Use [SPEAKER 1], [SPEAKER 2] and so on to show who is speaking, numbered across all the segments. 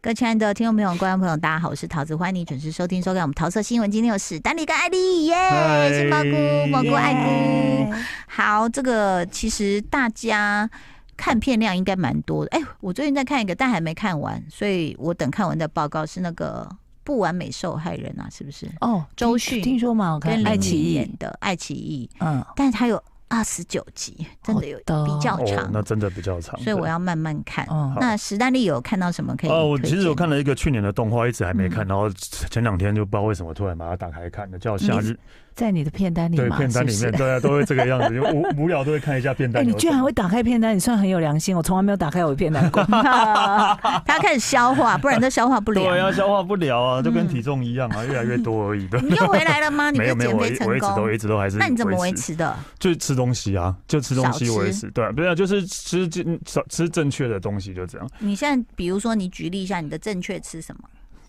[SPEAKER 1] 各位亲爱的听众朋友、观众朋友，大家好，我是桃子，欢迎你准时收听收看我们桃色新闻。今天有史丹利跟艾丽，耶、
[SPEAKER 2] 嗨
[SPEAKER 1] 杏鲍菇、蘑菇、
[SPEAKER 2] 耶
[SPEAKER 1] 艾菇。好，这个其实大家看片量应该蛮多的。哎、我最近在看一个，但还没看完，所以我等看完的报告是那个《不完美受害人》啊，是不是？
[SPEAKER 2] 哦，
[SPEAKER 1] 周迅
[SPEAKER 2] 听说蛮好看
[SPEAKER 1] 跟，
[SPEAKER 2] 爱
[SPEAKER 1] 林
[SPEAKER 2] 奇
[SPEAKER 1] 奇
[SPEAKER 2] 艺
[SPEAKER 1] 演，的爱奇艺，
[SPEAKER 2] 嗯，
[SPEAKER 1] 但它有二十九集，真的有
[SPEAKER 2] 好的
[SPEAKER 1] 比较
[SPEAKER 3] 哦
[SPEAKER 1] 长，，
[SPEAKER 3] 那真的比较长，
[SPEAKER 1] 所以我
[SPEAKER 3] 对
[SPEAKER 1] 要慢慢看。
[SPEAKER 2] 哦，
[SPEAKER 1] 那史丹利有看到什么可以推荐？
[SPEAKER 3] 哦，我其实我看了一个去年的动画，一直还没看，
[SPEAKER 1] 嗯
[SPEAKER 3] 然后前两天就不知道为什么突然把它打开看了，叫《夏日》
[SPEAKER 2] 在你的片单里
[SPEAKER 3] 对
[SPEAKER 2] 嘛，
[SPEAKER 3] 片单里
[SPEAKER 2] 是
[SPEAKER 3] 面，
[SPEAKER 2] 不是
[SPEAKER 3] 大 家都会这个样子，因为无无聊都会看一下片
[SPEAKER 2] 哎，
[SPEAKER 3] 单有
[SPEAKER 2] 你
[SPEAKER 3] 什么。
[SPEAKER 2] 居然还会打开片单，你算很有良心，我从来没有打开我的片单 过。
[SPEAKER 1] 他开始消化，不然都消化不
[SPEAKER 3] 对
[SPEAKER 1] 了
[SPEAKER 3] 啊，。消化不了啊，就跟
[SPEAKER 1] 嗯
[SPEAKER 3] 体重一样啊，越来越多而已的。
[SPEAKER 1] 你又回来了 吗？你不
[SPEAKER 3] 没
[SPEAKER 1] 是
[SPEAKER 3] 有没有，
[SPEAKER 1] 减
[SPEAKER 3] 我
[SPEAKER 1] 肥成
[SPEAKER 3] 一我一直都
[SPEAKER 1] 功？
[SPEAKER 3] 一直都还是
[SPEAKER 1] 那你怎么维
[SPEAKER 3] 维持？
[SPEAKER 1] 持的？
[SPEAKER 3] 就吃东西啊，就吃东西
[SPEAKER 1] 少吃
[SPEAKER 3] 维持。对啊，对啊，就是吃正少吃正确的东西，就这样。
[SPEAKER 1] 你现在比如说，你举例一下你的正确吃什么？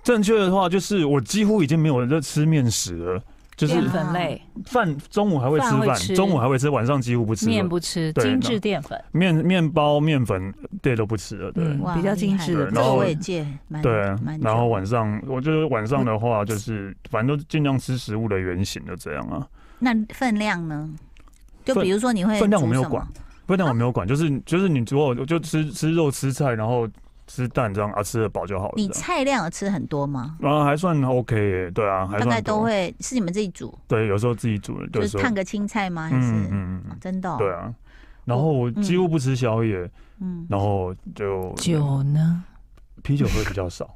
[SPEAKER 3] 正确的话，就是我几乎已经没有在吃面食了， 就是
[SPEAKER 1] 淀
[SPEAKER 4] 淀粉 类
[SPEAKER 3] 饭中午还会吃
[SPEAKER 4] 饭会
[SPEAKER 3] 饭，
[SPEAKER 4] 吃
[SPEAKER 3] 中午还会吃，晚上几乎不吃了。
[SPEAKER 4] 面不吃，
[SPEAKER 3] 对
[SPEAKER 4] 精致淀粉
[SPEAKER 3] 面面包、面粉这都不吃了，对、
[SPEAKER 2] 嗯
[SPEAKER 1] 哇，
[SPEAKER 2] 比较
[SPEAKER 1] 厉
[SPEAKER 2] 精
[SPEAKER 1] 害
[SPEAKER 2] 致的
[SPEAKER 1] 这
[SPEAKER 3] 对然
[SPEAKER 1] 个
[SPEAKER 3] 后
[SPEAKER 1] 我也戒蛮
[SPEAKER 3] 对
[SPEAKER 1] 蛮。久嗯
[SPEAKER 3] 然后晚上，我就是晚上的话，就是反正都尽量吃食物的原型的这样啊。
[SPEAKER 1] 那分量呢？就
[SPEAKER 3] 分
[SPEAKER 1] 比如说你会
[SPEAKER 3] 分量我
[SPEAKER 1] 煮
[SPEAKER 3] 没有
[SPEAKER 1] 什么
[SPEAKER 3] 管，不但我没有管，就是就是你如果就吃吃肉吃菜，然后吃蛋这样啊，吃得饱就好了。
[SPEAKER 1] 你
[SPEAKER 3] 这样
[SPEAKER 1] 菜量有吃很多吗？
[SPEAKER 3] 然后还算 OK，耶对啊，还
[SPEAKER 1] 大
[SPEAKER 3] 算
[SPEAKER 1] 概都
[SPEAKER 3] 多
[SPEAKER 1] 会是你们自己煮，
[SPEAKER 3] 对，有时候自己煮的，
[SPEAKER 1] 就
[SPEAKER 3] 有
[SPEAKER 1] 是
[SPEAKER 3] 时候
[SPEAKER 1] 烫个青菜吗？还
[SPEAKER 3] 嗯嗯
[SPEAKER 1] 是
[SPEAKER 3] 嗯
[SPEAKER 1] 哦
[SPEAKER 3] 嗯，
[SPEAKER 1] 真的哦？
[SPEAKER 3] 对啊。然后我几乎不吃宵夜，
[SPEAKER 1] 嗯，
[SPEAKER 3] 然后就
[SPEAKER 2] 酒 呢？
[SPEAKER 3] 啤酒喝比较少，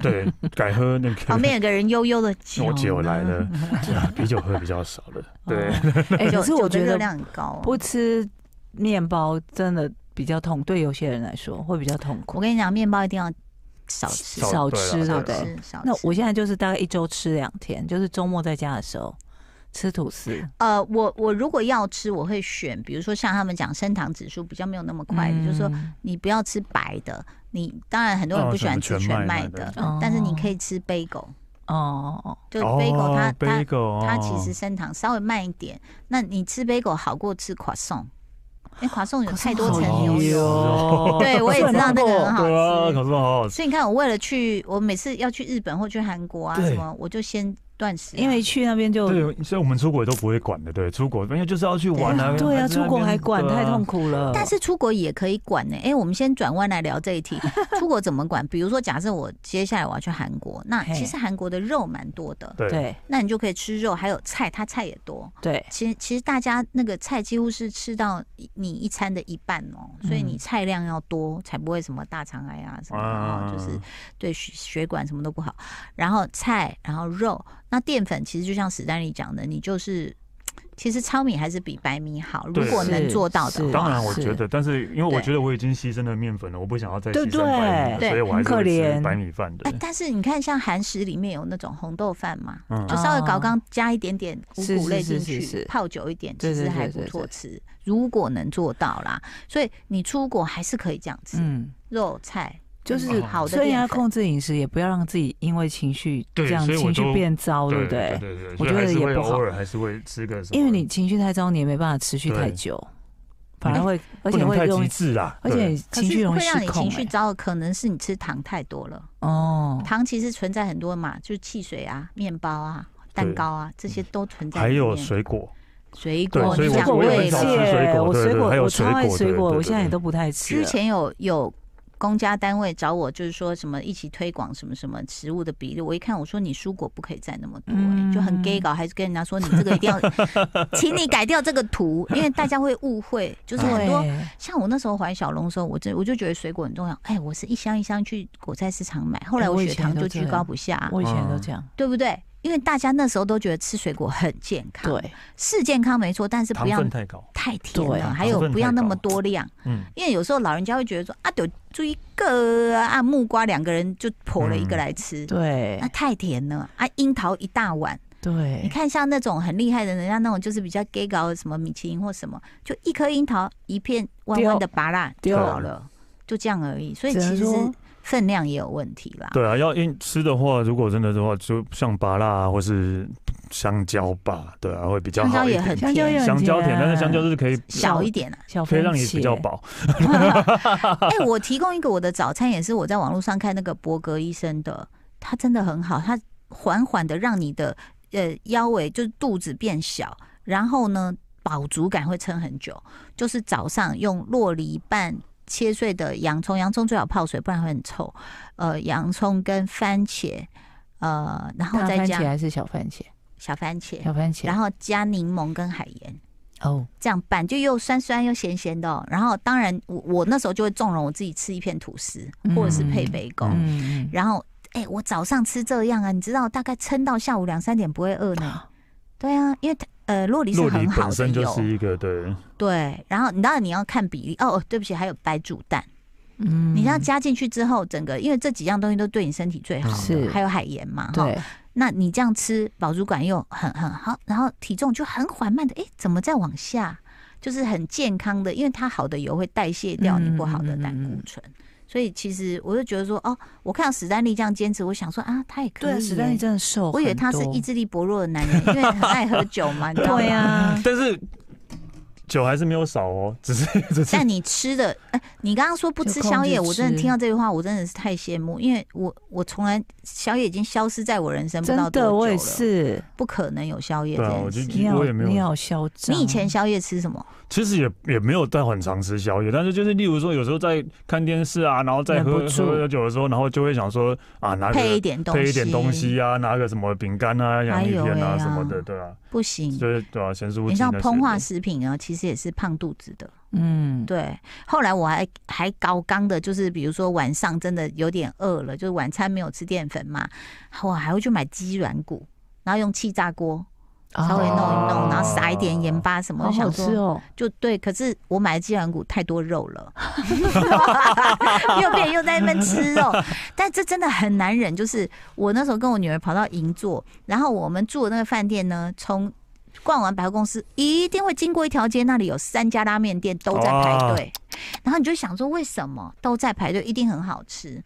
[SPEAKER 3] 对，改喝那个
[SPEAKER 2] 哦
[SPEAKER 1] 旁边有个人悠悠的
[SPEAKER 3] 我姐我来
[SPEAKER 1] 呢
[SPEAKER 3] 了，对啊啤酒喝比较少了，对，
[SPEAKER 2] 哎，
[SPEAKER 1] 酒
[SPEAKER 2] 可是我觉
[SPEAKER 1] 酒的热
[SPEAKER 2] 得
[SPEAKER 1] 量很高啊、
[SPEAKER 2] 不吃面包真的比较痛，对有些人来说会比较痛苦
[SPEAKER 1] 我。跟你讲，面包一定要少吃，
[SPEAKER 3] 少
[SPEAKER 2] 少
[SPEAKER 3] 对啦
[SPEAKER 2] 吃
[SPEAKER 3] 对
[SPEAKER 2] 对
[SPEAKER 1] 少
[SPEAKER 2] 不
[SPEAKER 3] 啦
[SPEAKER 2] 对？
[SPEAKER 1] 吃，少吃。
[SPEAKER 2] 那我现在就是大概一周吃两天，就是周末在家的时候吃吐司。
[SPEAKER 1] 呃，我我如果要吃，我会选，比如说像他们讲升糖指数比较没有那么快的，就是说
[SPEAKER 2] 嗯
[SPEAKER 1] 你不要吃白的。你当然很多人
[SPEAKER 3] 哦
[SPEAKER 1] 不
[SPEAKER 3] 什
[SPEAKER 1] 喜欢
[SPEAKER 3] 么
[SPEAKER 1] 吃
[SPEAKER 3] 全
[SPEAKER 1] 全
[SPEAKER 3] 麦
[SPEAKER 1] 麦
[SPEAKER 3] 那
[SPEAKER 1] 的
[SPEAKER 2] 种
[SPEAKER 1] 嗯但是你
[SPEAKER 2] 哦
[SPEAKER 1] 可以吃 bagel，
[SPEAKER 2] 哦哦，
[SPEAKER 1] 就 bagel 它
[SPEAKER 3] 哦
[SPEAKER 1] 它
[SPEAKER 3] bagel
[SPEAKER 1] 它
[SPEAKER 3] 哦
[SPEAKER 1] 其实升糖稍微慢一点。那你吃 bagel 好过吃 croissant，因为 croissant 有太多层牛油，
[SPEAKER 2] 哦 油哦
[SPEAKER 1] 对我也知道那个很好
[SPEAKER 3] 对啊，
[SPEAKER 1] 吃
[SPEAKER 3] 可。是好好吃，
[SPEAKER 1] 所以你看，我为了去，我每次要去日本或去韩国啊
[SPEAKER 3] 对
[SPEAKER 1] 什么，我就先断食啊、
[SPEAKER 2] 因为去那边就
[SPEAKER 3] 对，所以我们出国都不会管的，对，出国因为就是要去玩啊，
[SPEAKER 2] 对啊，出国还管太痛
[SPEAKER 3] 苦，
[SPEAKER 2] 苦了。
[SPEAKER 1] 但是出国也可以管呢、诶，我们先转弯来聊这一 题，出国怎么管？比如说，假设我接下来我要去韩国，那
[SPEAKER 2] 嘿
[SPEAKER 1] 其实韩国的肉蛮多的，
[SPEAKER 3] 对，
[SPEAKER 2] 对
[SPEAKER 1] 那你就可以吃肉，还有菜，它菜也多。
[SPEAKER 2] 对，
[SPEAKER 1] 其实其实大家那个菜几乎是吃到一你一餐的一半哦，
[SPEAKER 2] 嗯
[SPEAKER 1] 所以你菜量要多，才不会什么大肠癌啊什么的啊，
[SPEAKER 3] 嗯
[SPEAKER 1] 就是对血血管什么都不好。然后菜，然后肉，那淀粉其实就像史丹利讲的，你就是。其实糙米还是比白米好，如
[SPEAKER 3] 对
[SPEAKER 1] 果能
[SPEAKER 2] 是
[SPEAKER 1] 做到的
[SPEAKER 2] 是
[SPEAKER 1] 话，
[SPEAKER 3] 当然我
[SPEAKER 2] 是
[SPEAKER 3] 觉得，但是因为我
[SPEAKER 1] 对
[SPEAKER 3] 觉得我已经牺牲了面粉了，我不想要再
[SPEAKER 2] 对
[SPEAKER 3] 牺牲白米
[SPEAKER 2] 对
[SPEAKER 3] 了，所以我还是
[SPEAKER 2] 很可
[SPEAKER 3] 会吃
[SPEAKER 2] 怜
[SPEAKER 3] 白米饭的
[SPEAKER 1] 哎，，但是你看，像韩食里面有那种红豆饭嘛，
[SPEAKER 3] 嗯
[SPEAKER 1] 就稍微
[SPEAKER 2] 哦
[SPEAKER 1] 搞刚加一点点五
[SPEAKER 2] 是
[SPEAKER 1] 谷
[SPEAKER 2] 是
[SPEAKER 1] 类
[SPEAKER 2] 是
[SPEAKER 1] 进
[SPEAKER 2] 是
[SPEAKER 1] 去
[SPEAKER 2] 是，
[SPEAKER 1] 泡久一点，
[SPEAKER 2] 对
[SPEAKER 1] 其
[SPEAKER 2] 对
[SPEAKER 1] 实
[SPEAKER 2] 对
[SPEAKER 1] 还
[SPEAKER 2] 对
[SPEAKER 1] 不
[SPEAKER 2] 对
[SPEAKER 1] 错吃。如果能做到啦，所以你出国还是可以这样吃
[SPEAKER 2] 嗯，
[SPEAKER 1] 肉菜，嗯
[SPEAKER 2] 就是
[SPEAKER 3] 哦
[SPEAKER 1] 好的
[SPEAKER 2] 所以要
[SPEAKER 1] 淀粉。
[SPEAKER 2] 控制饮食，也不要让自己因为情绪
[SPEAKER 3] 对
[SPEAKER 2] 这样
[SPEAKER 3] 所以我
[SPEAKER 2] 情绪
[SPEAKER 3] 都
[SPEAKER 2] 变糟，哦对
[SPEAKER 3] 对
[SPEAKER 2] 不对？
[SPEAKER 3] 对对，
[SPEAKER 2] 我
[SPEAKER 3] 所以
[SPEAKER 2] 觉
[SPEAKER 3] 还
[SPEAKER 2] 得
[SPEAKER 3] 是
[SPEAKER 2] 也
[SPEAKER 3] 会
[SPEAKER 2] 不好
[SPEAKER 3] 偶尔还是会吃个什么，
[SPEAKER 2] 因为你情绪太糟，你也没办法持续太
[SPEAKER 3] 对
[SPEAKER 2] 久，反而会而
[SPEAKER 3] 不
[SPEAKER 2] 且
[SPEAKER 3] 能
[SPEAKER 2] 会
[SPEAKER 3] 太
[SPEAKER 2] 容
[SPEAKER 3] 极
[SPEAKER 2] 易，
[SPEAKER 3] 致啦，
[SPEAKER 2] 而
[SPEAKER 3] 对
[SPEAKER 2] 且
[SPEAKER 1] 可
[SPEAKER 2] 情绪
[SPEAKER 1] 是
[SPEAKER 2] 容易
[SPEAKER 1] 会让
[SPEAKER 2] 失
[SPEAKER 1] 你情
[SPEAKER 2] 控。
[SPEAKER 1] 绪
[SPEAKER 2] 哎
[SPEAKER 1] 糟的，可能是你吃糖太多了。
[SPEAKER 2] 哦，
[SPEAKER 1] 糖其实存在很多嘛，就是汽水啊、面包啊、蛋
[SPEAKER 3] 对
[SPEAKER 1] 糕啊，这
[SPEAKER 2] 嗯
[SPEAKER 1] 些都存在
[SPEAKER 3] 还
[SPEAKER 1] 里面。
[SPEAKER 3] 有水果，
[SPEAKER 1] 水
[SPEAKER 3] 对
[SPEAKER 1] 果，
[SPEAKER 3] 所以
[SPEAKER 1] 哦你
[SPEAKER 3] 我
[SPEAKER 1] 讲
[SPEAKER 3] 我也
[SPEAKER 1] 对
[SPEAKER 3] 很少吃
[SPEAKER 1] 了。
[SPEAKER 3] 水果
[SPEAKER 2] 我
[SPEAKER 3] 对
[SPEAKER 2] 水
[SPEAKER 3] 对
[SPEAKER 2] 果
[SPEAKER 3] 还有
[SPEAKER 2] 我
[SPEAKER 3] 水
[SPEAKER 2] 超爱
[SPEAKER 3] 果
[SPEAKER 2] 水
[SPEAKER 3] 对
[SPEAKER 2] 果，
[SPEAKER 3] 对
[SPEAKER 2] 我
[SPEAKER 3] 对
[SPEAKER 2] 现在也
[SPEAKER 3] 对
[SPEAKER 2] 都不太吃啊
[SPEAKER 1] 之
[SPEAKER 2] 了。
[SPEAKER 1] 前有有公家单位找我，就是说什么一起推广什么什么食物的比例。我一看，我说你蔬果不可以占那么多、欸
[SPEAKER 2] 嗯
[SPEAKER 1] 就很 gay 搞，还是跟人家说你这个一 定要，请你改掉这个图，因为大家会误会，就是很多。
[SPEAKER 2] 对
[SPEAKER 1] 像我那时候怀小龙的时候，我真我就觉得水果很重要。哎，我是一箱一箱去果菜市场买，后来
[SPEAKER 2] 哎
[SPEAKER 1] 我
[SPEAKER 2] 我以
[SPEAKER 1] 血
[SPEAKER 2] 前
[SPEAKER 1] 糖
[SPEAKER 2] 都
[SPEAKER 1] 就
[SPEAKER 2] 这
[SPEAKER 1] 居高
[SPEAKER 2] 样
[SPEAKER 1] 不下啊，
[SPEAKER 2] 我以前都
[SPEAKER 3] 嗯
[SPEAKER 2] 这样，
[SPEAKER 1] 对不对？因为大家那时候都觉得吃水果很健
[SPEAKER 3] 嗯
[SPEAKER 1] 康，，
[SPEAKER 2] 对，
[SPEAKER 1] 是健康没错，但是
[SPEAKER 3] 糖
[SPEAKER 1] 不要
[SPEAKER 3] 分太高，
[SPEAKER 1] 太甜
[SPEAKER 2] 对
[SPEAKER 1] 了，还
[SPEAKER 3] 糖
[SPEAKER 1] 有
[SPEAKER 3] 分
[SPEAKER 1] 不要
[SPEAKER 3] 太
[SPEAKER 1] 那么
[SPEAKER 3] 高
[SPEAKER 1] 多量。
[SPEAKER 3] 嗯，
[SPEAKER 1] 因为有时候老人家会觉得说啊，就就一个啊，啊木瓜两个人就剖了一个来吃，
[SPEAKER 2] 嗯对
[SPEAKER 1] 那、，太甜了啊，樱桃一大碗。你
[SPEAKER 2] 对，
[SPEAKER 1] 看像那种很厉害的人家那种，就是比较 gay 搞的什么米其林或什么，就一颗樱桃一片弯弯的拔蜡就
[SPEAKER 2] 丢
[SPEAKER 1] 好了，就这样而已。所以
[SPEAKER 2] 只
[SPEAKER 1] 其
[SPEAKER 2] 能
[SPEAKER 1] 实
[SPEAKER 2] 说
[SPEAKER 1] 是分量也有问题啦。
[SPEAKER 3] 对啊，要因吃的话，如果真的的话，就像芭辣啊，或是香蕉吧，对啊，会比较
[SPEAKER 1] 香
[SPEAKER 3] 好
[SPEAKER 1] 蕉
[SPEAKER 3] 一
[SPEAKER 1] 也
[SPEAKER 3] 点。
[SPEAKER 1] 很
[SPEAKER 2] 香蕉也
[SPEAKER 1] 甜
[SPEAKER 2] 很
[SPEAKER 3] 香蕉甜，
[SPEAKER 2] 甜啊
[SPEAKER 3] 但是香蕉是可以
[SPEAKER 1] 小一点啊。
[SPEAKER 2] 小
[SPEAKER 3] 可以
[SPEAKER 2] 番
[SPEAKER 3] 让你比较
[SPEAKER 2] 茄
[SPEAKER 3] 饱。
[SPEAKER 1] 哎、我提供一个我的早餐，也是我在网络上看那个伯格医生的，他真的很好，他缓缓的让你的呃腰围就是肚子变小，然后呢饱足感会撑很久。就是早上用洛梨瓣切碎的洋葱，洋葱最好泡水，不然会很臭。呃，洋葱跟番茄，呃，然后
[SPEAKER 2] 大
[SPEAKER 1] 再
[SPEAKER 2] 番茄
[SPEAKER 1] 加
[SPEAKER 2] 还是小番茄？
[SPEAKER 1] 小番茄，
[SPEAKER 2] 小番茄。
[SPEAKER 1] 然后加柠檬跟海盐。
[SPEAKER 2] 哦，
[SPEAKER 1] 这样拌，就又酸酸又咸咸的、哦。然后当然我，我那时候就会纵容我自己吃一片吐司，
[SPEAKER 2] 嗯
[SPEAKER 1] 或者是配杯狗。
[SPEAKER 2] 嗯，
[SPEAKER 1] 然后，哎、我早上吃这样啊，你知道，大概撑到下午两三点不会饿呢。对啊，因为它呃，洛梨是
[SPEAKER 3] 洛梨
[SPEAKER 1] 很好
[SPEAKER 3] 本
[SPEAKER 1] 的
[SPEAKER 3] 身
[SPEAKER 1] 油，
[SPEAKER 3] 就是一个对，
[SPEAKER 1] 对。然后你当然你要看比例哦，对不起，还有白煮蛋，
[SPEAKER 2] 嗯
[SPEAKER 1] 你这样加进去之后，整个因为这几样东西都对你身体最好
[SPEAKER 2] 是
[SPEAKER 1] 的，还有海盐嘛，哈。
[SPEAKER 2] 对，
[SPEAKER 1] 那你这样吃，饱足感又很很好，然后体重就很缓慢的，诶，怎么再往下？就是很健康的，因为它好的油会代谢掉你不好的胆固醇。所以其实我就觉得说，哦，我看到史丹利这样坚持，我想说啊，他也可以
[SPEAKER 2] 对
[SPEAKER 1] 耶。
[SPEAKER 2] 啊，史丹利真的瘦很多，
[SPEAKER 1] 我以为他是意志力薄弱的男人，因为很爱喝酒嘛，你知道吗？
[SPEAKER 2] 对 啊，
[SPEAKER 3] 但是酒还是没有少哦， 只是只是
[SPEAKER 1] 但你吃的，哎、你刚刚说不吃宵夜，
[SPEAKER 2] 就控制吃
[SPEAKER 1] 我真的听到这句话，我真的是太羡慕，因为我我从来宵夜已经消失在我人生不知道多
[SPEAKER 2] 真
[SPEAKER 1] 久
[SPEAKER 2] 的，
[SPEAKER 1] 了，
[SPEAKER 2] 我也是。
[SPEAKER 1] 不可能有宵夜这
[SPEAKER 3] 对啊，我
[SPEAKER 1] 件
[SPEAKER 3] 就
[SPEAKER 1] 事。
[SPEAKER 2] 你好，
[SPEAKER 3] 我也没有
[SPEAKER 2] 你好嚣张。
[SPEAKER 1] 你以前宵夜吃什么？
[SPEAKER 3] 其实也也没有在很常吃宵夜，但是就是例如说有时候在看电视啊，然后在喝
[SPEAKER 2] 忍不住
[SPEAKER 3] 喝酒的时候，然后就会想说啊拿个
[SPEAKER 1] 配一点东西，
[SPEAKER 3] 配一点东西啊，拿个什么饼干啊、洋芋片
[SPEAKER 1] 哎呦喂
[SPEAKER 3] 啊
[SPEAKER 1] 啊
[SPEAKER 3] 什么的，对啊，
[SPEAKER 1] 不行。
[SPEAKER 3] 就是对啊，咸酥
[SPEAKER 1] 你
[SPEAKER 3] 鸡
[SPEAKER 1] 知道
[SPEAKER 3] 那些
[SPEAKER 1] 膨化
[SPEAKER 3] 的
[SPEAKER 1] 食品啊，其实也是胖肚子的。
[SPEAKER 2] 嗯，
[SPEAKER 1] 对，后来我还还高刚的，就是比如说晚上真的有点饿了，就是晚餐没有吃淀粉嘛，我还会去买鸡软骨，然后用气炸锅稍微弄一弄，
[SPEAKER 3] 哦
[SPEAKER 1] 然后撒一点盐巴什么，
[SPEAKER 2] 好
[SPEAKER 1] 我
[SPEAKER 2] 好
[SPEAKER 1] 想
[SPEAKER 2] 吃
[SPEAKER 1] 说
[SPEAKER 2] 哦。
[SPEAKER 1] 就对。可是我买的鸡软骨太多肉了，又变又在那边吃肉，但这真的很难忍。就是我那时候跟我女儿跑到银座，然后我们住的那个饭店呢，从逛完百货公司一定会经过一条街，那里有三家拉面店都在排队，然后你就想说为什么都在排队，一定很好吃。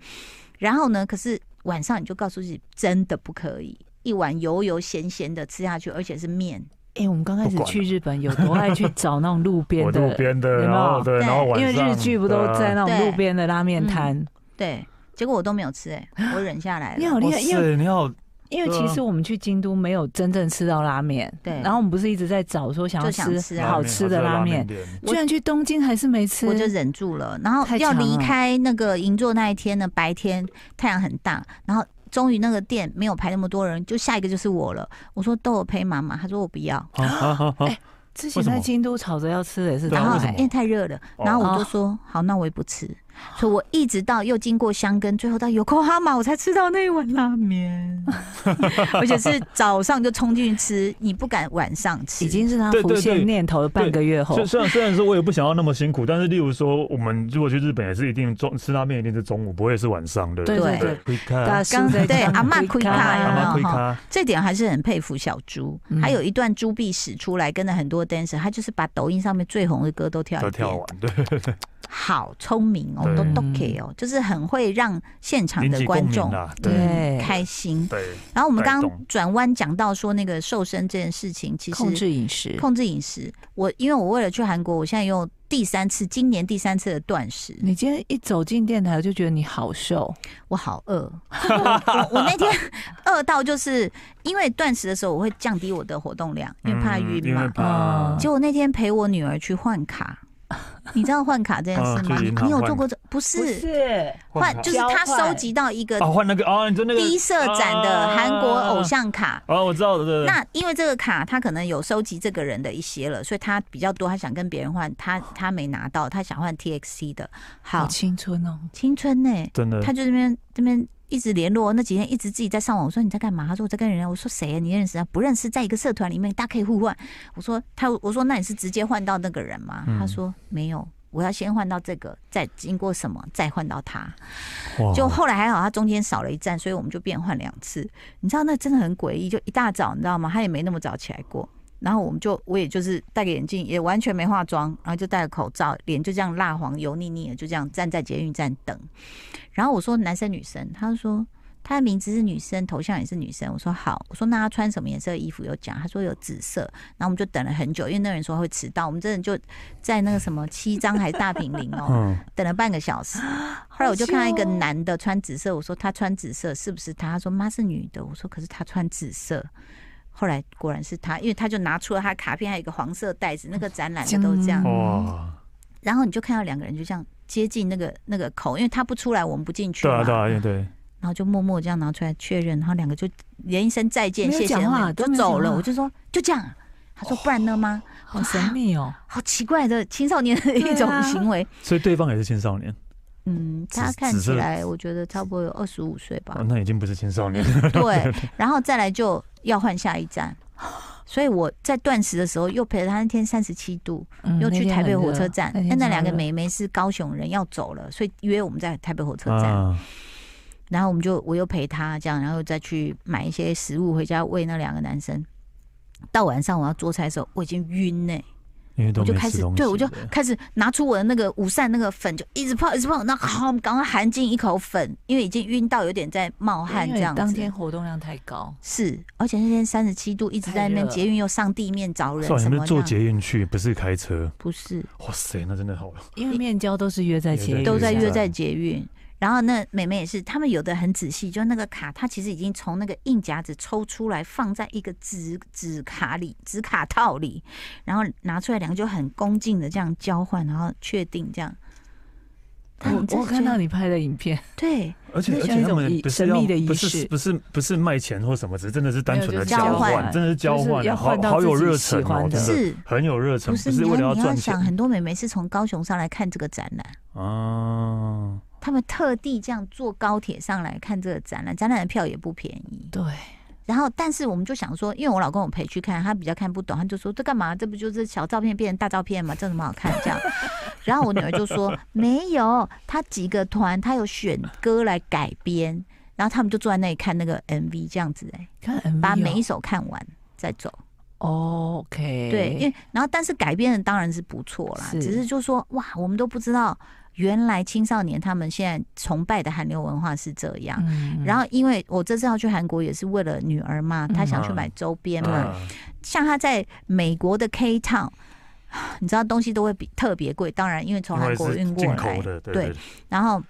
[SPEAKER 1] 然后呢，可是晚上你就告诉自己真的不可以。一碗油油咸咸的吃下去，而且是面，
[SPEAKER 2] 哎，我们刚开
[SPEAKER 3] 不
[SPEAKER 2] 始
[SPEAKER 3] 管
[SPEAKER 2] 去日本有多爱去找那种路 边
[SPEAKER 3] 我
[SPEAKER 2] 的
[SPEAKER 3] 路，边的，
[SPEAKER 2] 有没有
[SPEAKER 3] 然后对，
[SPEAKER 1] 对
[SPEAKER 3] 然后晚
[SPEAKER 2] 因
[SPEAKER 3] 上啊
[SPEAKER 2] 为日剧不都在那种
[SPEAKER 1] 对嗯
[SPEAKER 2] 路边的拉面摊？
[SPEAKER 1] 对，结果我都没有吃、哎，我忍下来
[SPEAKER 2] 你
[SPEAKER 1] 了。
[SPEAKER 2] 好
[SPEAKER 3] 对啊
[SPEAKER 2] 厉
[SPEAKER 3] 哇
[SPEAKER 2] 害，因为
[SPEAKER 3] 塞，你好，
[SPEAKER 2] 因为
[SPEAKER 3] 对
[SPEAKER 2] 其
[SPEAKER 3] 啊
[SPEAKER 2] 实我们去京都没有真正吃到拉面，
[SPEAKER 1] 对
[SPEAKER 2] 然后我们不是一直在找说想
[SPEAKER 1] 就
[SPEAKER 2] 要
[SPEAKER 1] 想
[SPEAKER 2] 吃
[SPEAKER 1] 吃
[SPEAKER 3] 哦拉
[SPEAKER 1] 啊
[SPEAKER 3] 面
[SPEAKER 2] 好吃的拉面，
[SPEAKER 3] 店，
[SPEAKER 1] 我
[SPEAKER 2] 居然去东京还是没吃，
[SPEAKER 1] 我就忍住了。然后
[SPEAKER 2] 太
[SPEAKER 1] 要
[SPEAKER 2] 长
[SPEAKER 1] 离
[SPEAKER 2] 了
[SPEAKER 1] 开那个银座那一天呢，白天太阳很大，然后终于那个店没有排那么多人，就下一个就是我了。我说都有陪妈妈，她说我不要，
[SPEAKER 3] 啊啊啊啊
[SPEAKER 2] 哎之前
[SPEAKER 3] 为什
[SPEAKER 2] 在
[SPEAKER 3] 么
[SPEAKER 2] 京都吵着要吃的也是
[SPEAKER 3] 对啊
[SPEAKER 1] 然后
[SPEAKER 2] 拉
[SPEAKER 3] 为什么
[SPEAKER 1] 因为太热了，然后我就
[SPEAKER 2] 哦
[SPEAKER 1] 说好，那我也不吃。所以我一直到又经过香根，最后到有口哈马，我才吃到那一碗拉面，而且是早上就冲进去吃，你不敢晚上吃，
[SPEAKER 2] 已经是他
[SPEAKER 3] 对对
[SPEAKER 2] 浮
[SPEAKER 3] 对
[SPEAKER 2] 现念头的半个月后
[SPEAKER 3] 虽，虽然虽然说我也不想要那么辛苦，但是例如说我们如果去日本也是一定中吃拉面一定是中午，不会是晚上的，
[SPEAKER 2] 对
[SPEAKER 3] 不
[SPEAKER 1] 对
[SPEAKER 3] 对，会
[SPEAKER 2] 大
[SPEAKER 3] 看
[SPEAKER 2] 叔
[SPEAKER 1] 刚
[SPEAKER 2] 在
[SPEAKER 1] 对
[SPEAKER 2] 讲
[SPEAKER 1] 阿嬷
[SPEAKER 2] 龟
[SPEAKER 1] 开
[SPEAKER 2] 咖
[SPEAKER 1] 啊
[SPEAKER 3] 嗯阿妈
[SPEAKER 1] 嬷
[SPEAKER 3] 会看。
[SPEAKER 1] 这点还是很佩服小猪。
[SPEAKER 2] 嗯
[SPEAKER 1] 还有一段猪必使出来，跟着很多 dancer，他就是把抖音上面最红的歌都跳一
[SPEAKER 3] 都
[SPEAKER 1] 遍，
[SPEAKER 3] 跳完，对，
[SPEAKER 1] 好聪明哦，
[SPEAKER 3] 对
[SPEAKER 1] 都 OK 哦，就是很会让现场
[SPEAKER 3] 引
[SPEAKER 1] 的
[SPEAKER 3] 起
[SPEAKER 1] 观
[SPEAKER 3] 共鸣
[SPEAKER 1] 众
[SPEAKER 3] 啦，对
[SPEAKER 2] 对，
[SPEAKER 1] 开心。
[SPEAKER 3] 对，
[SPEAKER 1] 然后我们刚
[SPEAKER 3] 带
[SPEAKER 1] 刚
[SPEAKER 3] 动
[SPEAKER 1] 转弯讲到说那个瘦身这件事情，其实
[SPEAKER 2] 控制饮食，
[SPEAKER 1] 控制饮食，我因为我为了去韩国，我现在用第三次，今年第三次的断食，
[SPEAKER 2] 你今天一走进电台，我就觉得你好瘦，
[SPEAKER 1] 我好饿， 我我我那天饿到就是因为断食的时候，我会降低我的活动量，因为怕
[SPEAKER 3] 嗯
[SPEAKER 1] 晕
[SPEAKER 3] 因
[SPEAKER 1] 嘛。哦
[SPEAKER 3] 为怕
[SPEAKER 2] 嗯
[SPEAKER 1] 结果那天陪我女儿去换 卡，你知道换卡这件事吗？
[SPEAKER 3] 啊去银行
[SPEAKER 1] 你有
[SPEAKER 3] 换
[SPEAKER 1] 做过这？不
[SPEAKER 2] 不
[SPEAKER 1] 是
[SPEAKER 2] 是
[SPEAKER 1] 换，
[SPEAKER 3] 卡
[SPEAKER 1] 就是她收集到一个
[SPEAKER 3] 啊换那个啊，你说那个
[SPEAKER 1] 低色展的韩国偶像卡。
[SPEAKER 3] 啊，我知道的，对对
[SPEAKER 1] 那因为这个卡，她可能有收集这个人的一些了，所以她比较多，她想跟别人换，她她没拿到，她想换 TXT 的。
[SPEAKER 2] 好
[SPEAKER 1] 好，
[SPEAKER 2] 青春哦，
[SPEAKER 1] 青春呢、
[SPEAKER 3] 真的
[SPEAKER 1] 她就这边这边一直联络，那几天一直自己在上网。我说你在干嘛？她说我在跟人家。我说谁啊？你认识啊？不认识，在一个社团里面，大家可以互换。我说她，我说那你是直接换到那个人吗？
[SPEAKER 3] 嗯
[SPEAKER 1] 她说没有，我要先换到这个，再经过什么，再换到他。
[SPEAKER 3] 哇
[SPEAKER 1] 就后来还好，他中间少了一站，所以我们就变换两次。你知道那真的很诡异，就一大早，你知道吗？他也没那么早起来过。然后我们就，我也就是戴个眼镜，也完全没化妆，然后就戴个口罩，脸就这样蜡黄油腻腻的，就这样站在捷运站等。然后我说男生女生，他就说她的名字是女生，头像也是女生。我说好，我说那她穿什么颜色的衣服有讲？她说有紫色。然后我们就等了很久，因为那人说会迟到，我们真的就在那个什么七张还是大平林 哦，
[SPEAKER 3] 嗯，
[SPEAKER 1] 等了半个小时。后来我就看到一个
[SPEAKER 2] 哦
[SPEAKER 1] 男的穿紫色，我说他穿紫色是不是他？他说妈是女的，我说可是他穿紫色。后来果然是他，因为他就拿出了他的卡片，还有一个黄色袋子，那个展览的都是这样。
[SPEAKER 2] 嗯
[SPEAKER 3] 哇，
[SPEAKER 1] 然后你就看到两个人就这样接近那个那个口，因为他不出来，我们不进去
[SPEAKER 3] 对
[SPEAKER 1] 嘛。
[SPEAKER 3] 啊对啊对，
[SPEAKER 1] 然后就默默这样拿出来确认，然后两个就连一声再见，
[SPEAKER 2] 没有
[SPEAKER 1] 谢谢
[SPEAKER 2] 讲话啊
[SPEAKER 1] 那个
[SPEAKER 2] 都
[SPEAKER 1] 就
[SPEAKER 2] 没有
[SPEAKER 1] 走
[SPEAKER 2] 讲
[SPEAKER 1] 了。
[SPEAKER 2] 话
[SPEAKER 1] 我就说就这样啊。他说不然呢吗？
[SPEAKER 2] 好神秘哦，
[SPEAKER 1] 好奇怪的青少年的一种
[SPEAKER 2] 对啊
[SPEAKER 1] 行为。
[SPEAKER 3] 所以对方也是青少年，
[SPEAKER 1] 嗯，
[SPEAKER 3] 紫
[SPEAKER 1] 他看
[SPEAKER 3] 紫
[SPEAKER 1] 起
[SPEAKER 3] 色的
[SPEAKER 1] 来我觉得差不多有二十五岁吧
[SPEAKER 3] 哦。那已经不是青少年，
[SPEAKER 1] 对，然后再来就要换下一站。 所以我在断食的时候，又陪了他那天三十七度，
[SPEAKER 2] 嗯
[SPEAKER 1] 又去台北火车
[SPEAKER 2] 那天
[SPEAKER 1] 站。
[SPEAKER 2] 很热
[SPEAKER 1] 那那两个
[SPEAKER 2] 天
[SPEAKER 1] 美眉是高雄人，要走了，所以约我们在台北火车站。
[SPEAKER 3] 啊，
[SPEAKER 1] 然后我们就我又陪他这样，然后再去买一些食物回家喂那两个男生。到晚上我要做菜的时候，我已经晕呢、
[SPEAKER 3] 因为都
[SPEAKER 1] 我就
[SPEAKER 3] 没
[SPEAKER 1] 开
[SPEAKER 3] 吃
[SPEAKER 1] 始
[SPEAKER 3] 东西，
[SPEAKER 1] 对我就开始拿出我的那个午膳那个粉，就一直泡一直泡，那好，我们赶快含进一口粉，因为已经晕到有点在冒
[SPEAKER 2] 热
[SPEAKER 1] 汗
[SPEAKER 2] 因
[SPEAKER 1] 这
[SPEAKER 2] 为
[SPEAKER 1] 样子。
[SPEAKER 2] 当天活动量太高，
[SPEAKER 1] 是，而且那天三十七度，一直在
[SPEAKER 2] 太
[SPEAKER 1] 那边
[SPEAKER 2] 热
[SPEAKER 1] 捷运又上地面找人
[SPEAKER 3] 算了，
[SPEAKER 1] 什
[SPEAKER 3] 你
[SPEAKER 1] 么
[SPEAKER 3] 们坐
[SPEAKER 1] 的，
[SPEAKER 3] 捷运去，不是开车，
[SPEAKER 1] 不是
[SPEAKER 3] 哇塞，那真的好，
[SPEAKER 2] 因为面交都是约在
[SPEAKER 3] 约
[SPEAKER 2] 前，
[SPEAKER 3] 在
[SPEAKER 1] 都
[SPEAKER 3] 捷
[SPEAKER 1] 在
[SPEAKER 3] 运
[SPEAKER 1] 约
[SPEAKER 3] 站
[SPEAKER 1] 在捷运。然后那美美也是，他们有的很仔细，就那个卡，它其实已经从那个硬夹子抽出来，放在一个纸纸卡里、纸卡套里，然后拿出来，两个就很恭敬的这样交换，然后确定这样。他们嗯真
[SPEAKER 2] 我我
[SPEAKER 1] 的
[SPEAKER 2] 看
[SPEAKER 1] 觉
[SPEAKER 2] 到
[SPEAKER 1] 得
[SPEAKER 2] 你拍的影片，
[SPEAKER 1] 对，
[SPEAKER 3] 而且
[SPEAKER 2] 那
[SPEAKER 3] 而
[SPEAKER 2] 像一
[SPEAKER 3] 且他
[SPEAKER 2] 种
[SPEAKER 3] 们
[SPEAKER 2] 仪
[SPEAKER 3] 不是
[SPEAKER 2] 神
[SPEAKER 3] 要
[SPEAKER 2] 秘的仪
[SPEAKER 3] 不是
[SPEAKER 2] 式
[SPEAKER 3] 不是不是卖钱或什么，只是真的是单
[SPEAKER 2] 没有
[SPEAKER 3] 纯的
[SPEAKER 2] 就是
[SPEAKER 1] 交
[SPEAKER 3] 换，
[SPEAKER 1] 换
[SPEAKER 3] 真的是交
[SPEAKER 2] 就是
[SPEAKER 3] 换，啊
[SPEAKER 2] 要
[SPEAKER 3] 好
[SPEAKER 2] 换到
[SPEAKER 3] 好有
[SPEAKER 2] 自己
[SPEAKER 3] 热
[SPEAKER 2] 喜
[SPEAKER 3] 忱哦
[SPEAKER 2] 欢，的
[SPEAKER 3] 真的
[SPEAKER 1] 是
[SPEAKER 3] 很有热忱，
[SPEAKER 1] 不是？
[SPEAKER 3] 不
[SPEAKER 1] 你
[SPEAKER 3] 是为了
[SPEAKER 1] 要你要
[SPEAKER 3] 赚
[SPEAKER 1] 想，
[SPEAKER 3] 钱
[SPEAKER 1] 很多美眉是从高雄上来看这个展览。
[SPEAKER 3] 啊。
[SPEAKER 1] 他们特地这样坐高铁上来看这个展览，展览的票也不便宜。
[SPEAKER 2] 对，
[SPEAKER 1] 然后，但是我们就想说，因为我老公我陪去看，他比较看不懂，他就说这干嘛？这不就是小照片变成大照片吗？这有什么好看这样？ 然后我女儿就说没有，他几个团他有选歌来改编，然后他们就坐在那里看那个 MV 这样子、哎，
[SPEAKER 2] 看 MV
[SPEAKER 1] 把每一
[SPEAKER 2] 哦
[SPEAKER 1] 首看完再走。
[SPEAKER 2] 哦 OK，
[SPEAKER 1] 对，因为然后但是改编的当然是不错啦，
[SPEAKER 2] 是
[SPEAKER 1] 只是就说哇，我们都不知道原来青少年他们现在崇拜的韩流文化是这样。
[SPEAKER 2] 嗯
[SPEAKER 1] 然后，因为我这次要去韩国也是为了女儿嘛，
[SPEAKER 2] 嗯
[SPEAKER 1] 她想去买周边嘛。
[SPEAKER 3] 啊
[SPEAKER 1] 像她在美国的 K Town，你 知道东西都会比特别贵，当然因为从
[SPEAKER 3] 因
[SPEAKER 1] 韩
[SPEAKER 3] 为
[SPEAKER 1] 国
[SPEAKER 3] 是
[SPEAKER 1] 运过
[SPEAKER 3] 进
[SPEAKER 1] 来
[SPEAKER 3] 口，的，对
[SPEAKER 1] 对
[SPEAKER 3] 对，
[SPEAKER 1] 然后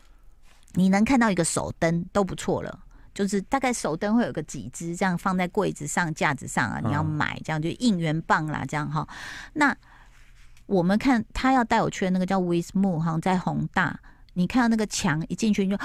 [SPEAKER 1] 你能看到一个手灯都不错了。就是大概手灯会有个几只这样放在柜子上、架子上啊，
[SPEAKER 3] 嗯
[SPEAKER 1] 你要买这样就应援棒啦，这样哈。那我们看他要带我去的那个叫 Wismo，好像在宏大，你看到那个墙一进去你就。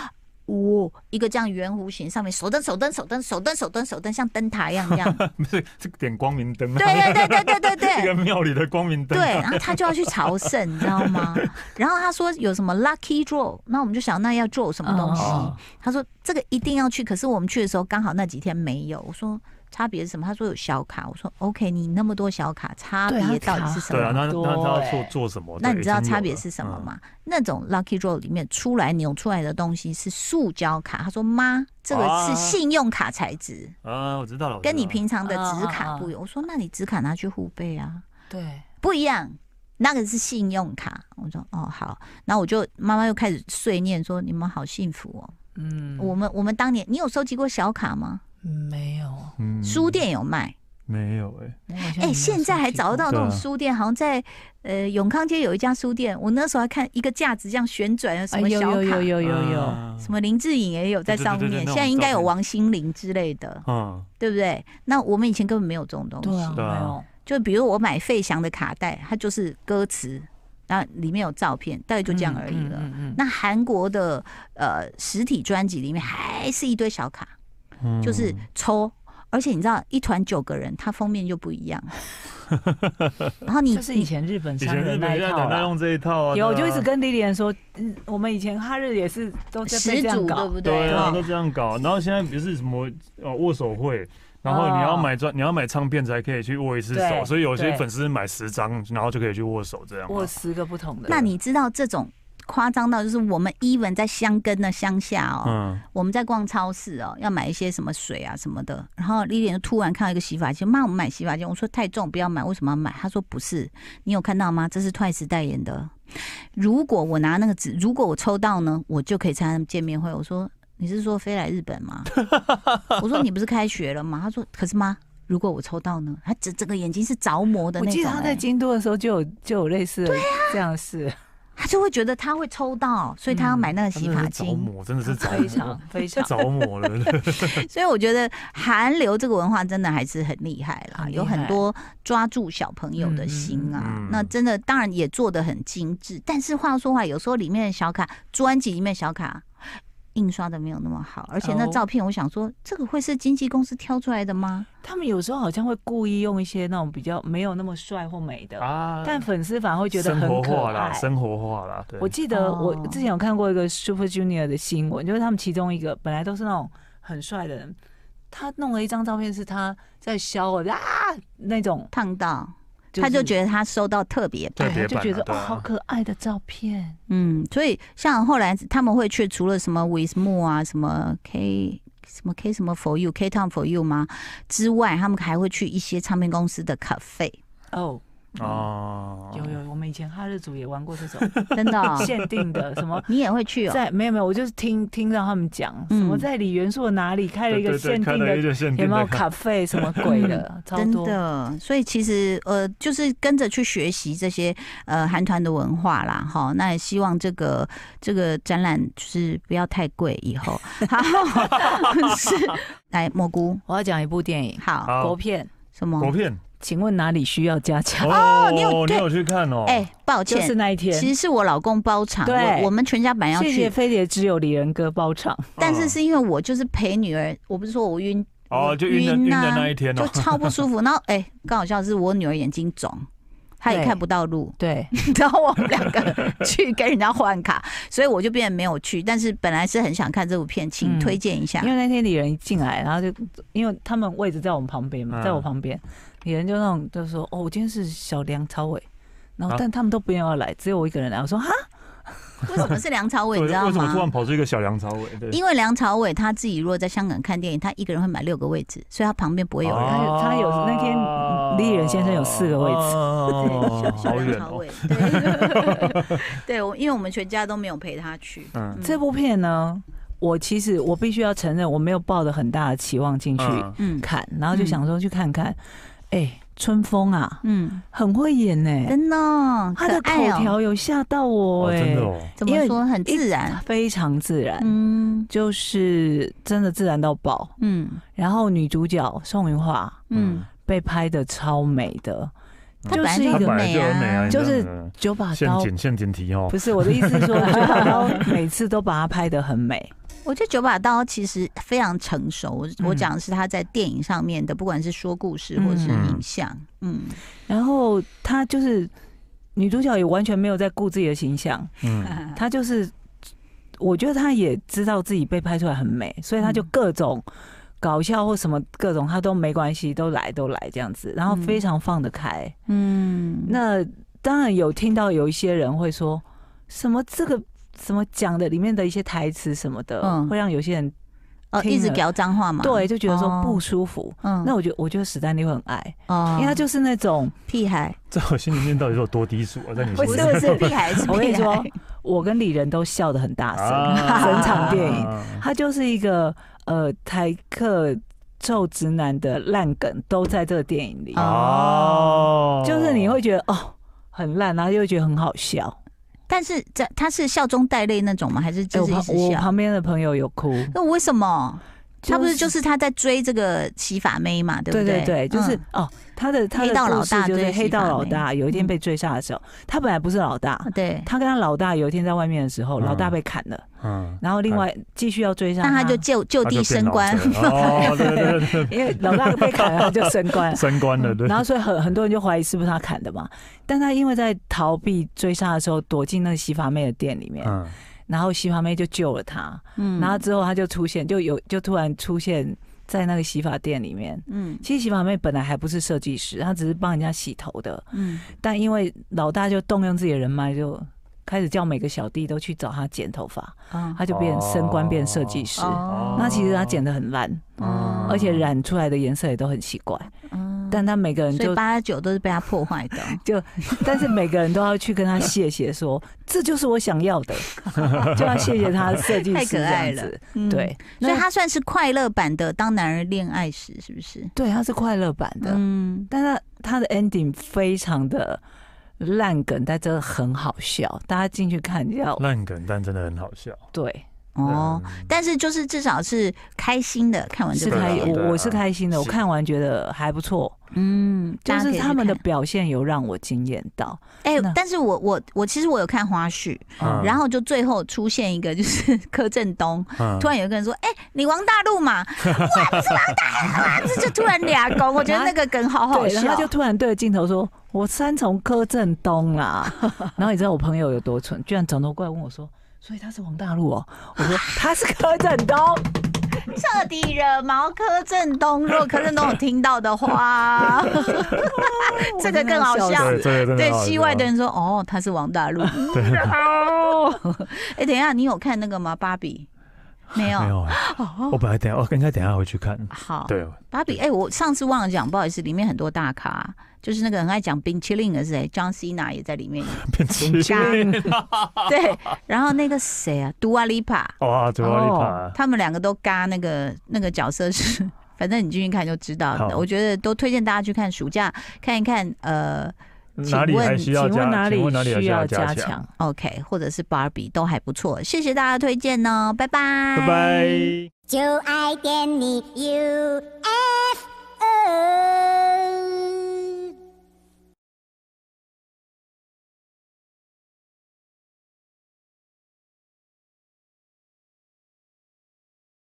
[SPEAKER 1] 哦，一个这样圆弧形，上面手灯、手灯、手灯、手灯、手灯、手灯，像灯塔一样一 样。
[SPEAKER 3] 不是这个点光明灯啊，
[SPEAKER 1] 对对对对对对对，
[SPEAKER 3] 这个庙里的光明灯，
[SPEAKER 1] 对，，然后他就要去朝圣，你知道吗？然后他说有什么 lucky draw，那我们就想那要 draw 什么东西？
[SPEAKER 3] 嗯啊
[SPEAKER 2] 哦
[SPEAKER 1] 他说这个一定要去，可是我们去的时候刚好那几天没有。我说差别是什么？他说有小卡。我说 OK，你那么多小卡，差
[SPEAKER 2] 对啊
[SPEAKER 1] 别到底是
[SPEAKER 2] 卡
[SPEAKER 1] 什
[SPEAKER 3] 对啊，
[SPEAKER 1] 么？
[SPEAKER 3] 那
[SPEAKER 2] 多
[SPEAKER 3] 那他要
[SPEAKER 2] 欸
[SPEAKER 3] 做做什么？
[SPEAKER 1] 那
[SPEAKER 3] 对
[SPEAKER 1] 你知道
[SPEAKER 3] 已经
[SPEAKER 1] 差
[SPEAKER 3] 有
[SPEAKER 1] 别
[SPEAKER 3] 了
[SPEAKER 1] 是什么
[SPEAKER 3] 嗯
[SPEAKER 1] 吗？那种 lucky draw 里面出来扭出来的东西是塑胶卡。他说妈，这个是
[SPEAKER 3] 啊
[SPEAKER 1] 信用卡材质，
[SPEAKER 3] 啊，我知道了，我知
[SPEAKER 1] 跟你
[SPEAKER 3] 道了
[SPEAKER 1] 平常的纸
[SPEAKER 2] 啊啊
[SPEAKER 1] 卡
[SPEAKER 2] 啊
[SPEAKER 1] 不一样。我说那你纸卡拿去互背啊。
[SPEAKER 2] 对，
[SPEAKER 1] 不一样，那个是信用卡。我说哦好，然后我就妈妈又开始碎念说你们好幸福哦。
[SPEAKER 2] 嗯，
[SPEAKER 1] 我们我们当年你有收集过小卡吗？
[SPEAKER 2] 没有，
[SPEAKER 3] 嗯
[SPEAKER 1] 书店有卖，
[SPEAKER 3] 没有哎，
[SPEAKER 2] 我好像
[SPEAKER 1] 哎、
[SPEAKER 2] 没有
[SPEAKER 1] 现在
[SPEAKER 2] 收
[SPEAKER 1] 还
[SPEAKER 2] 集
[SPEAKER 1] 找得
[SPEAKER 2] 过
[SPEAKER 1] 到那种
[SPEAKER 3] 对啊
[SPEAKER 1] 书店，好像在呃永康街有一家书店，我那时候还看一个架子这样旋转，有什
[SPEAKER 2] 哎
[SPEAKER 1] 么
[SPEAKER 2] 有
[SPEAKER 1] 小卡，
[SPEAKER 2] 有有有有有，
[SPEAKER 3] 啊
[SPEAKER 1] 什么林志颖也有在
[SPEAKER 3] 对对
[SPEAKER 1] 上
[SPEAKER 3] 对
[SPEAKER 1] 面，
[SPEAKER 3] 对那种
[SPEAKER 1] 现在应该
[SPEAKER 3] 照
[SPEAKER 1] 有
[SPEAKER 3] 片
[SPEAKER 1] 王心凌之类的，
[SPEAKER 3] 嗯，
[SPEAKER 1] 对不对？那我们以前根本没有这种东西，
[SPEAKER 2] 对啊，
[SPEAKER 3] 对啊
[SPEAKER 2] 没有，
[SPEAKER 1] 就比如我买费翔的卡带，它就是歌词，然后里面有照片，大概就这样而已了。
[SPEAKER 2] 嗯嗯嗯嗯
[SPEAKER 1] 那韩国的呃实体专辑里面还是一堆小卡，
[SPEAKER 3] 嗯
[SPEAKER 1] 就是抽，而且你知道一团九个人，它封面就不一样。然后你
[SPEAKER 2] 就是以前日本
[SPEAKER 3] 以
[SPEAKER 2] 商
[SPEAKER 3] 前日
[SPEAKER 2] 人
[SPEAKER 3] 本
[SPEAKER 2] 那一
[SPEAKER 3] 人
[SPEAKER 2] 套
[SPEAKER 3] 很爱
[SPEAKER 2] 啦。
[SPEAKER 3] 用这一套啊，
[SPEAKER 2] 有，我
[SPEAKER 3] 对
[SPEAKER 2] 就
[SPEAKER 3] 啊
[SPEAKER 2] 一直跟莉莉安说，嗯，我们以前哈日也是都在被
[SPEAKER 1] 始
[SPEAKER 2] 这样
[SPEAKER 1] 祖对
[SPEAKER 2] 搞，
[SPEAKER 1] 不
[SPEAKER 3] 对啊，
[SPEAKER 1] 哈
[SPEAKER 3] 都这样搞。然后现在不是什么呃握手会，然后
[SPEAKER 2] 哦
[SPEAKER 3] 你要买专你要买唱片才可以去握一次手，
[SPEAKER 2] 对
[SPEAKER 3] 所以有些
[SPEAKER 2] 对
[SPEAKER 3] 粉丝买十张，然后就可以去握手这样啊。
[SPEAKER 2] 我十个不同的。
[SPEAKER 1] 那你知道这种夸张到就是我们 even 在乡根的乡下哦，
[SPEAKER 3] 嗯，
[SPEAKER 1] 我们在逛超市哦，要买一些什么水啊什么的，然后丽莲就突然看到一个洗发精，妈，我们买洗发精，我说太重，不要买，为什么要买？她说不是，你有看到吗？这是 Twice 代言的。如果我拿那个纸，如果我抽到呢，我就可以参加他们见面会。我说你是说飞来日本 吗？我说你不是开学了吗？他说可是妈，如果我抽到呢？他整整个眼睛是着魔的
[SPEAKER 2] 我
[SPEAKER 1] 那种、啊
[SPEAKER 2] 记得他在
[SPEAKER 1] 哎
[SPEAKER 2] 京都的时候就有就有类似的这样的事，
[SPEAKER 1] 他就会觉得他会抽到，所以
[SPEAKER 2] 嗯
[SPEAKER 1] 他要买那个洗
[SPEAKER 3] 真的
[SPEAKER 1] 发
[SPEAKER 3] 是着
[SPEAKER 1] 精。
[SPEAKER 3] 魔，真的是着
[SPEAKER 2] 非常
[SPEAKER 3] 魔，
[SPEAKER 2] 非常
[SPEAKER 3] 着魔了。
[SPEAKER 1] 所以我觉得韩流这个文化真的还是很厉害啦，
[SPEAKER 2] 很厉害
[SPEAKER 1] 有很多抓住小朋友的心啊。
[SPEAKER 3] 嗯嗯嗯
[SPEAKER 1] 那真的当然也做的很精致，但是话说回来，有时候里面的小卡专辑里面的小卡。印刷的没有那么好，而且那
[SPEAKER 2] 哦
[SPEAKER 1] 照片，我想说，这个会是经纪公司挑出来的吗？
[SPEAKER 2] 他们有时候好像会故意用一些那种比较没有那么帅或美的，
[SPEAKER 3] 啊，
[SPEAKER 2] 但粉丝反而会觉得
[SPEAKER 3] 生活
[SPEAKER 2] 很可
[SPEAKER 3] 化啦，
[SPEAKER 2] 爱。
[SPEAKER 3] 生活化啦，对，
[SPEAKER 2] 我记得我
[SPEAKER 1] 哦
[SPEAKER 2] 之前有看过一个 Super Junior 的新闻，就是他们其中一个本来都是那种很帅的人，他弄了一张照片是他在削我啊那种，
[SPEAKER 1] 胖到他就觉得他收到特别
[SPEAKER 3] 特
[SPEAKER 1] 版，
[SPEAKER 3] 别
[SPEAKER 2] 对，他就
[SPEAKER 3] 版
[SPEAKER 2] 觉
[SPEAKER 3] 啊
[SPEAKER 2] 得
[SPEAKER 3] 对
[SPEAKER 2] 哇
[SPEAKER 3] 啊
[SPEAKER 2] 好可爱的照片，
[SPEAKER 1] 嗯，所以像后来他们会去除了什么 With Mo 啊，什么 K 什么 K 什么 For You K Town For You 吗之外，他们还会去一些唱片公司的 cafe，
[SPEAKER 2] 哦，
[SPEAKER 3] 啊，
[SPEAKER 2] 有有，我们以前哈日族也玩过这种
[SPEAKER 1] 真的 哦、
[SPEAKER 2] 限定的什么。
[SPEAKER 1] 你也会去哦。
[SPEAKER 2] 在没有没有，我就是听听到他们讲什
[SPEAKER 1] 嗯
[SPEAKER 2] 么在李元素的哪里开了
[SPEAKER 3] 对
[SPEAKER 2] 一个
[SPEAKER 3] 对对，
[SPEAKER 2] 限
[SPEAKER 3] 看
[SPEAKER 2] 定
[SPEAKER 3] 了
[SPEAKER 2] 的
[SPEAKER 3] 一个限
[SPEAKER 2] 有
[SPEAKER 3] 定
[SPEAKER 2] 没有
[SPEAKER 3] 的
[SPEAKER 2] 咖啡什么鬼的， 超
[SPEAKER 1] 真
[SPEAKER 2] 多。
[SPEAKER 1] 的，所以其实呃，就是跟着去学习这些呃韩团的文化啦，哈。那也希望这个这个展览就是不要太贵，以后好 是来蘑菇
[SPEAKER 2] 我要讲一部电影，
[SPEAKER 1] 好
[SPEAKER 3] 好
[SPEAKER 2] 国片，
[SPEAKER 1] 什么
[SPEAKER 3] 国？片
[SPEAKER 2] 请问哪里需要加强？
[SPEAKER 3] 哦
[SPEAKER 1] 你有
[SPEAKER 3] 你
[SPEAKER 1] 对
[SPEAKER 3] 有去看哦？
[SPEAKER 1] 哎、抱
[SPEAKER 2] 就
[SPEAKER 1] 歉
[SPEAKER 2] 是，那一天
[SPEAKER 1] 其，实是我老公包场，
[SPEAKER 2] 对
[SPEAKER 1] 我我们全家本来要
[SPEAKER 2] 谢谢哦
[SPEAKER 1] 去，
[SPEAKER 2] 飞碟之友李仁哥包场，
[SPEAKER 1] 但是是因为我就是陪女儿，我不是说我晕，
[SPEAKER 3] 哦，就晕的
[SPEAKER 1] 晕
[SPEAKER 3] 晕的
[SPEAKER 1] 啊
[SPEAKER 3] 那一天
[SPEAKER 1] 就
[SPEAKER 3] 哦，
[SPEAKER 1] 超不 舒服。然后哎，刚好像是我女儿眼睛肿，她也
[SPEAKER 2] 对
[SPEAKER 1] 看不到路，
[SPEAKER 2] 对，
[SPEAKER 1] 然后我们两 个去跟人家换卡，所以我就变得没有去。但是本来是很想看这部片，请
[SPEAKER 2] 嗯
[SPEAKER 1] 推荐一下
[SPEAKER 2] 因。为那天李仁一进来，然后就因为他们位置在我们旁边嘛，
[SPEAKER 3] 嗯
[SPEAKER 2] 在我旁边，李仁就那种就说：“哦，我今天是小梁朝伟。”然后
[SPEAKER 3] 啊
[SPEAKER 2] 但他们都不愿要来，只有我一个人来。我说：“哈，
[SPEAKER 1] 为什么是梁朝伟？
[SPEAKER 3] 对
[SPEAKER 1] 你
[SPEAKER 3] 为
[SPEAKER 1] 知道
[SPEAKER 3] 什么突
[SPEAKER 1] 吗
[SPEAKER 3] 然？跑出一个小梁朝伟？对，
[SPEAKER 1] 因为梁朝伟他自己如果在香港看电影，他一个人会买六个位置，所以他旁边不会有
[SPEAKER 3] 哦
[SPEAKER 1] 人。
[SPEAKER 2] 他有他有那天李仁先生有四个位置
[SPEAKER 3] 置
[SPEAKER 1] 小
[SPEAKER 3] 好
[SPEAKER 1] 梁
[SPEAKER 3] 远
[SPEAKER 1] 朝
[SPEAKER 3] 哦。
[SPEAKER 1] 伟，对， 对，我因为我们全家都没有陪他去。
[SPEAKER 3] 嗯
[SPEAKER 2] 这部片呢，我其实我必须要承认，我没有抱着很大的期望进去
[SPEAKER 3] 嗯
[SPEAKER 1] 嗯
[SPEAKER 2] 看，然后就想说去看看，哎，春风啊，
[SPEAKER 1] 嗯，
[SPEAKER 2] 很会演呢、
[SPEAKER 1] 真的哦，
[SPEAKER 2] 他的
[SPEAKER 1] 可
[SPEAKER 2] 口
[SPEAKER 1] 爱哦
[SPEAKER 2] 条有吓到我
[SPEAKER 3] 哦，
[SPEAKER 2] 哎、
[SPEAKER 3] 真的哦，
[SPEAKER 1] 怎么说很
[SPEAKER 2] 因为
[SPEAKER 1] 自然，
[SPEAKER 2] 非常自然，
[SPEAKER 1] 嗯
[SPEAKER 2] 就是真的自然到爆。
[SPEAKER 1] 嗯
[SPEAKER 2] 然后女主角宋云华
[SPEAKER 1] 嗯，
[SPEAKER 2] 被拍的超美的，
[SPEAKER 3] 嗯
[SPEAKER 1] 她本来
[SPEAKER 2] 就
[SPEAKER 1] 就
[SPEAKER 3] 他
[SPEAKER 2] 是
[SPEAKER 1] 很
[SPEAKER 2] 一个
[SPEAKER 3] 本来就
[SPEAKER 1] 美
[SPEAKER 3] 很美啊，
[SPEAKER 1] 啊
[SPEAKER 3] 你，
[SPEAKER 2] 就
[SPEAKER 3] 知
[SPEAKER 2] 是
[SPEAKER 3] 道吗
[SPEAKER 2] 九把
[SPEAKER 3] 陷
[SPEAKER 2] 刀。
[SPEAKER 3] 阱陷阱题哦
[SPEAKER 2] 不，是我的意思 是说，九把刀每次都把它拍的很美，
[SPEAKER 1] 我觉得九把刀其实非常成熟，我我
[SPEAKER 2] 嗯
[SPEAKER 1] 讲的是他在电影上面的，不管是说故事或者是
[SPEAKER 3] 嗯
[SPEAKER 1] 影像，嗯，
[SPEAKER 2] 然后她就是女主角也完全没有在顾自己的形象，
[SPEAKER 3] 嗯，
[SPEAKER 2] 他就是，我觉得他也知道自己被拍出来很美，所以他就
[SPEAKER 1] 嗯
[SPEAKER 2] 各种搞笑或什么各种他都没关系，都来都来这样子，然后非常放得开。
[SPEAKER 1] 嗯，
[SPEAKER 2] 那当然有听到有一些人会说什么这个什么讲的里面的一些台词什么的，
[SPEAKER 1] 嗯
[SPEAKER 2] 会让有些人
[SPEAKER 1] 哦，
[SPEAKER 2] 听
[SPEAKER 1] 一直
[SPEAKER 2] 了
[SPEAKER 1] 聊脏话嘛，
[SPEAKER 2] 对就觉得说
[SPEAKER 1] 哦
[SPEAKER 2] 不，舒服。
[SPEAKER 1] 嗯
[SPEAKER 2] 那我觉得我觉得史丹利会很爱，
[SPEAKER 1] 哦
[SPEAKER 2] 因为他就是那种
[SPEAKER 1] 屁孩，
[SPEAKER 3] 在我心里面到底是有多低俗啊？在你心
[SPEAKER 2] 不
[SPEAKER 3] 里
[SPEAKER 2] 是
[SPEAKER 3] 面
[SPEAKER 2] 不是
[SPEAKER 1] 屁孩是
[SPEAKER 2] 我跟
[SPEAKER 1] 屁
[SPEAKER 2] 你说
[SPEAKER 1] 孩，
[SPEAKER 2] 我跟李仁都笑得很大声。
[SPEAKER 3] 啊
[SPEAKER 2] 整场电影他就是一个呃台客臭直男的烂梗，都在这个电影里，
[SPEAKER 1] 啊
[SPEAKER 3] 哦，
[SPEAKER 2] 就是你会觉得哦很烂，然后又觉得很好笑。
[SPEAKER 1] 但是这他是笑中带泪那种吗？还是
[SPEAKER 2] 哎
[SPEAKER 1] 就
[SPEAKER 2] 我
[SPEAKER 1] 是一
[SPEAKER 2] 旁
[SPEAKER 1] 直
[SPEAKER 2] 我
[SPEAKER 1] 笑？
[SPEAKER 2] 旁边的朋友有哭，
[SPEAKER 1] 那为什么？他不是就是他在追这个洗发妹嘛，对不
[SPEAKER 2] 对
[SPEAKER 1] 对
[SPEAKER 2] 对对，就是
[SPEAKER 1] 嗯
[SPEAKER 2] 哦他的他
[SPEAKER 1] 黑
[SPEAKER 2] 的
[SPEAKER 1] 道老
[SPEAKER 2] 故事
[SPEAKER 1] 大
[SPEAKER 2] 就是
[SPEAKER 1] 追
[SPEAKER 2] 黑
[SPEAKER 1] 洗发
[SPEAKER 2] 道老
[SPEAKER 1] 妹
[SPEAKER 2] 大有
[SPEAKER 1] 嗯
[SPEAKER 2] 一天被追杀的时候，他本来不是老大。
[SPEAKER 1] 对，
[SPEAKER 2] 他跟他老大有一天在外面的时候，
[SPEAKER 3] 嗯
[SPEAKER 2] 老大被砍了，
[SPEAKER 3] 嗯，
[SPEAKER 2] 然后另外继续要追上
[SPEAKER 1] 那他就就就地
[SPEAKER 3] 他啊就变
[SPEAKER 1] 升
[SPEAKER 3] 老
[SPEAKER 1] 官，
[SPEAKER 3] 者 了哦，对对对对，
[SPEAKER 2] 因为老大被砍了他就 升官，
[SPEAKER 3] 升官了，对，
[SPEAKER 2] 然后所以很很多人就怀疑是不是他砍的嘛。但他因为在逃避追杀的时候躲进那个洗发妹的店里面，
[SPEAKER 3] 嗯，
[SPEAKER 2] 然后洗发妹就救了他，
[SPEAKER 1] 嗯
[SPEAKER 2] 然后之后他就出现，就有就突然出现在那个洗发店里面。
[SPEAKER 1] 嗯
[SPEAKER 2] 其实洗发妹本来还不是设计师，她只是帮人家洗头的，
[SPEAKER 1] 嗯
[SPEAKER 2] 但因为老大就动用自己的人脉，就开始叫每个小弟都去找他剪头发，
[SPEAKER 1] 啊
[SPEAKER 2] 他就变升官变设计师。
[SPEAKER 1] 哦
[SPEAKER 2] 那其实他剪的很烂，
[SPEAKER 1] 嗯
[SPEAKER 3] 哦
[SPEAKER 2] 而且染出来的颜色也都很奇怪，
[SPEAKER 1] 嗯
[SPEAKER 2] 但他每个人
[SPEAKER 1] 所以
[SPEAKER 2] 就，
[SPEAKER 1] 八九都是被他破坏的。哦
[SPEAKER 2] 但是每个人都要去跟他谢谢说， 这就是我想要的， 就要谢谢他的设计
[SPEAKER 1] 太
[SPEAKER 2] 师
[SPEAKER 1] 可
[SPEAKER 2] 这
[SPEAKER 1] 爱
[SPEAKER 2] 样
[SPEAKER 1] 了
[SPEAKER 2] 子。
[SPEAKER 1] 嗯
[SPEAKER 2] 对，
[SPEAKER 1] 所以
[SPEAKER 2] 那
[SPEAKER 1] 他算是快乐版的《当男人恋爱时》，是不是？
[SPEAKER 2] 对他是快乐版的，
[SPEAKER 1] 嗯，
[SPEAKER 2] 但他他的 ending 非常的烂梗，但真的很好笑，大家进去看要
[SPEAKER 3] 哦烂梗，但真的很好笑。
[SPEAKER 2] 对，
[SPEAKER 1] 哦，
[SPEAKER 3] 嗯
[SPEAKER 1] 但是就是至少是开心的，看完这
[SPEAKER 2] 是
[SPEAKER 1] 部
[SPEAKER 3] 对啊
[SPEAKER 2] 开
[SPEAKER 1] 片，
[SPEAKER 3] 对啊
[SPEAKER 2] 我我是开心的，我
[SPEAKER 3] 是
[SPEAKER 2] 看完觉得还不错，
[SPEAKER 1] 嗯，
[SPEAKER 2] 就
[SPEAKER 1] 大家可以
[SPEAKER 2] 是
[SPEAKER 1] 去
[SPEAKER 2] 他们的
[SPEAKER 1] 看
[SPEAKER 2] 表现有让我惊艳到，
[SPEAKER 1] 哎、
[SPEAKER 2] 那
[SPEAKER 1] 但是我我我其实我有看花絮，
[SPEAKER 3] 嗯
[SPEAKER 1] 然后就最后出现一个就是柯震东，
[SPEAKER 3] 嗯
[SPEAKER 1] 突然有一个人说：“哎、你王大陆嘛？” 哇，你是王大陆啊！这就突然俩公，我觉得那个梗好好
[SPEAKER 2] 对，然后
[SPEAKER 1] 哦笑
[SPEAKER 2] 他。就突然对着镜头说：“我三重柯震东啦。” 然后你知道我朋友有多蠢，居然转头过来问我说：“所以他是王大陆哦？” 我说：“他是柯震东。
[SPEAKER 1] 彻底惹毛柯震东，如果柯震东有听到的话，
[SPEAKER 2] 我
[SPEAKER 1] 这个
[SPEAKER 2] 真的
[SPEAKER 1] 更好
[SPEAKER 2] 要
[SPEAKER 1] 笑
[SPEAKER 2] 笑
[SPEAKER 3] 对，
[SPEAKER 2] 死。
[SPEAKER 3] 这个真的
[SPEAKER 1] 对
[SPEAKER 3] 很好
[SPEAKER 1] 戏外
[SPEAKER 3] 笑
[SPEAKER 1] 的人说：“哦，他是王大陆。”哎、等一下，你有看那个吗？芭比没有哦
[SPEAKER 3] 没。有欸，我本来等一下，我应该等一下回去看。
[SPEAKER 1] 好，
[SPEAKER 3] 对，
[SPEAKER 1] 芭比，哎、我上次忘了讲，不好意思，里面很多大咖，就是那个很爱讲冰淇淋的是谁，John Cena 也在里面。
[SPEAKER 3] 变奇
[SPEAKER 1] 加对，然后那个谁啊，杜阿丽帕，
[SPEAKER 3] 哇，主要一
[SPEAKER 2] 哦
[SPEAKER 3] 盘
[SPEAKER 1] 他们两个都嘎那个那个角色是， 反正你进去看就知道
[SPEAKER 3] 好。
[SPEAKER 1] 我觉得都推荐大家去看，暑假看一看，呃
[SPEAKER 3] 哪里还需要
[SPEAKER 2] 请问
[SPEAKER 3] 加？
[SPEAKER 2] 哪
[SPEAKER 3] 请问哪
[SPEAKER 2] 里
[SPEAKER 3] 里还
[SPEAKER 2] 需要加
[SPEAKER 3] 加
[SPEAKER 2] 强？？
[SPEAKER 1] ，OK，或者是芭比都还不错。谢谢大家推荐哦，拜拜，
[SPEAKER 3] 拜拜。
[SPEAKER 4] 就爱点你 UFO。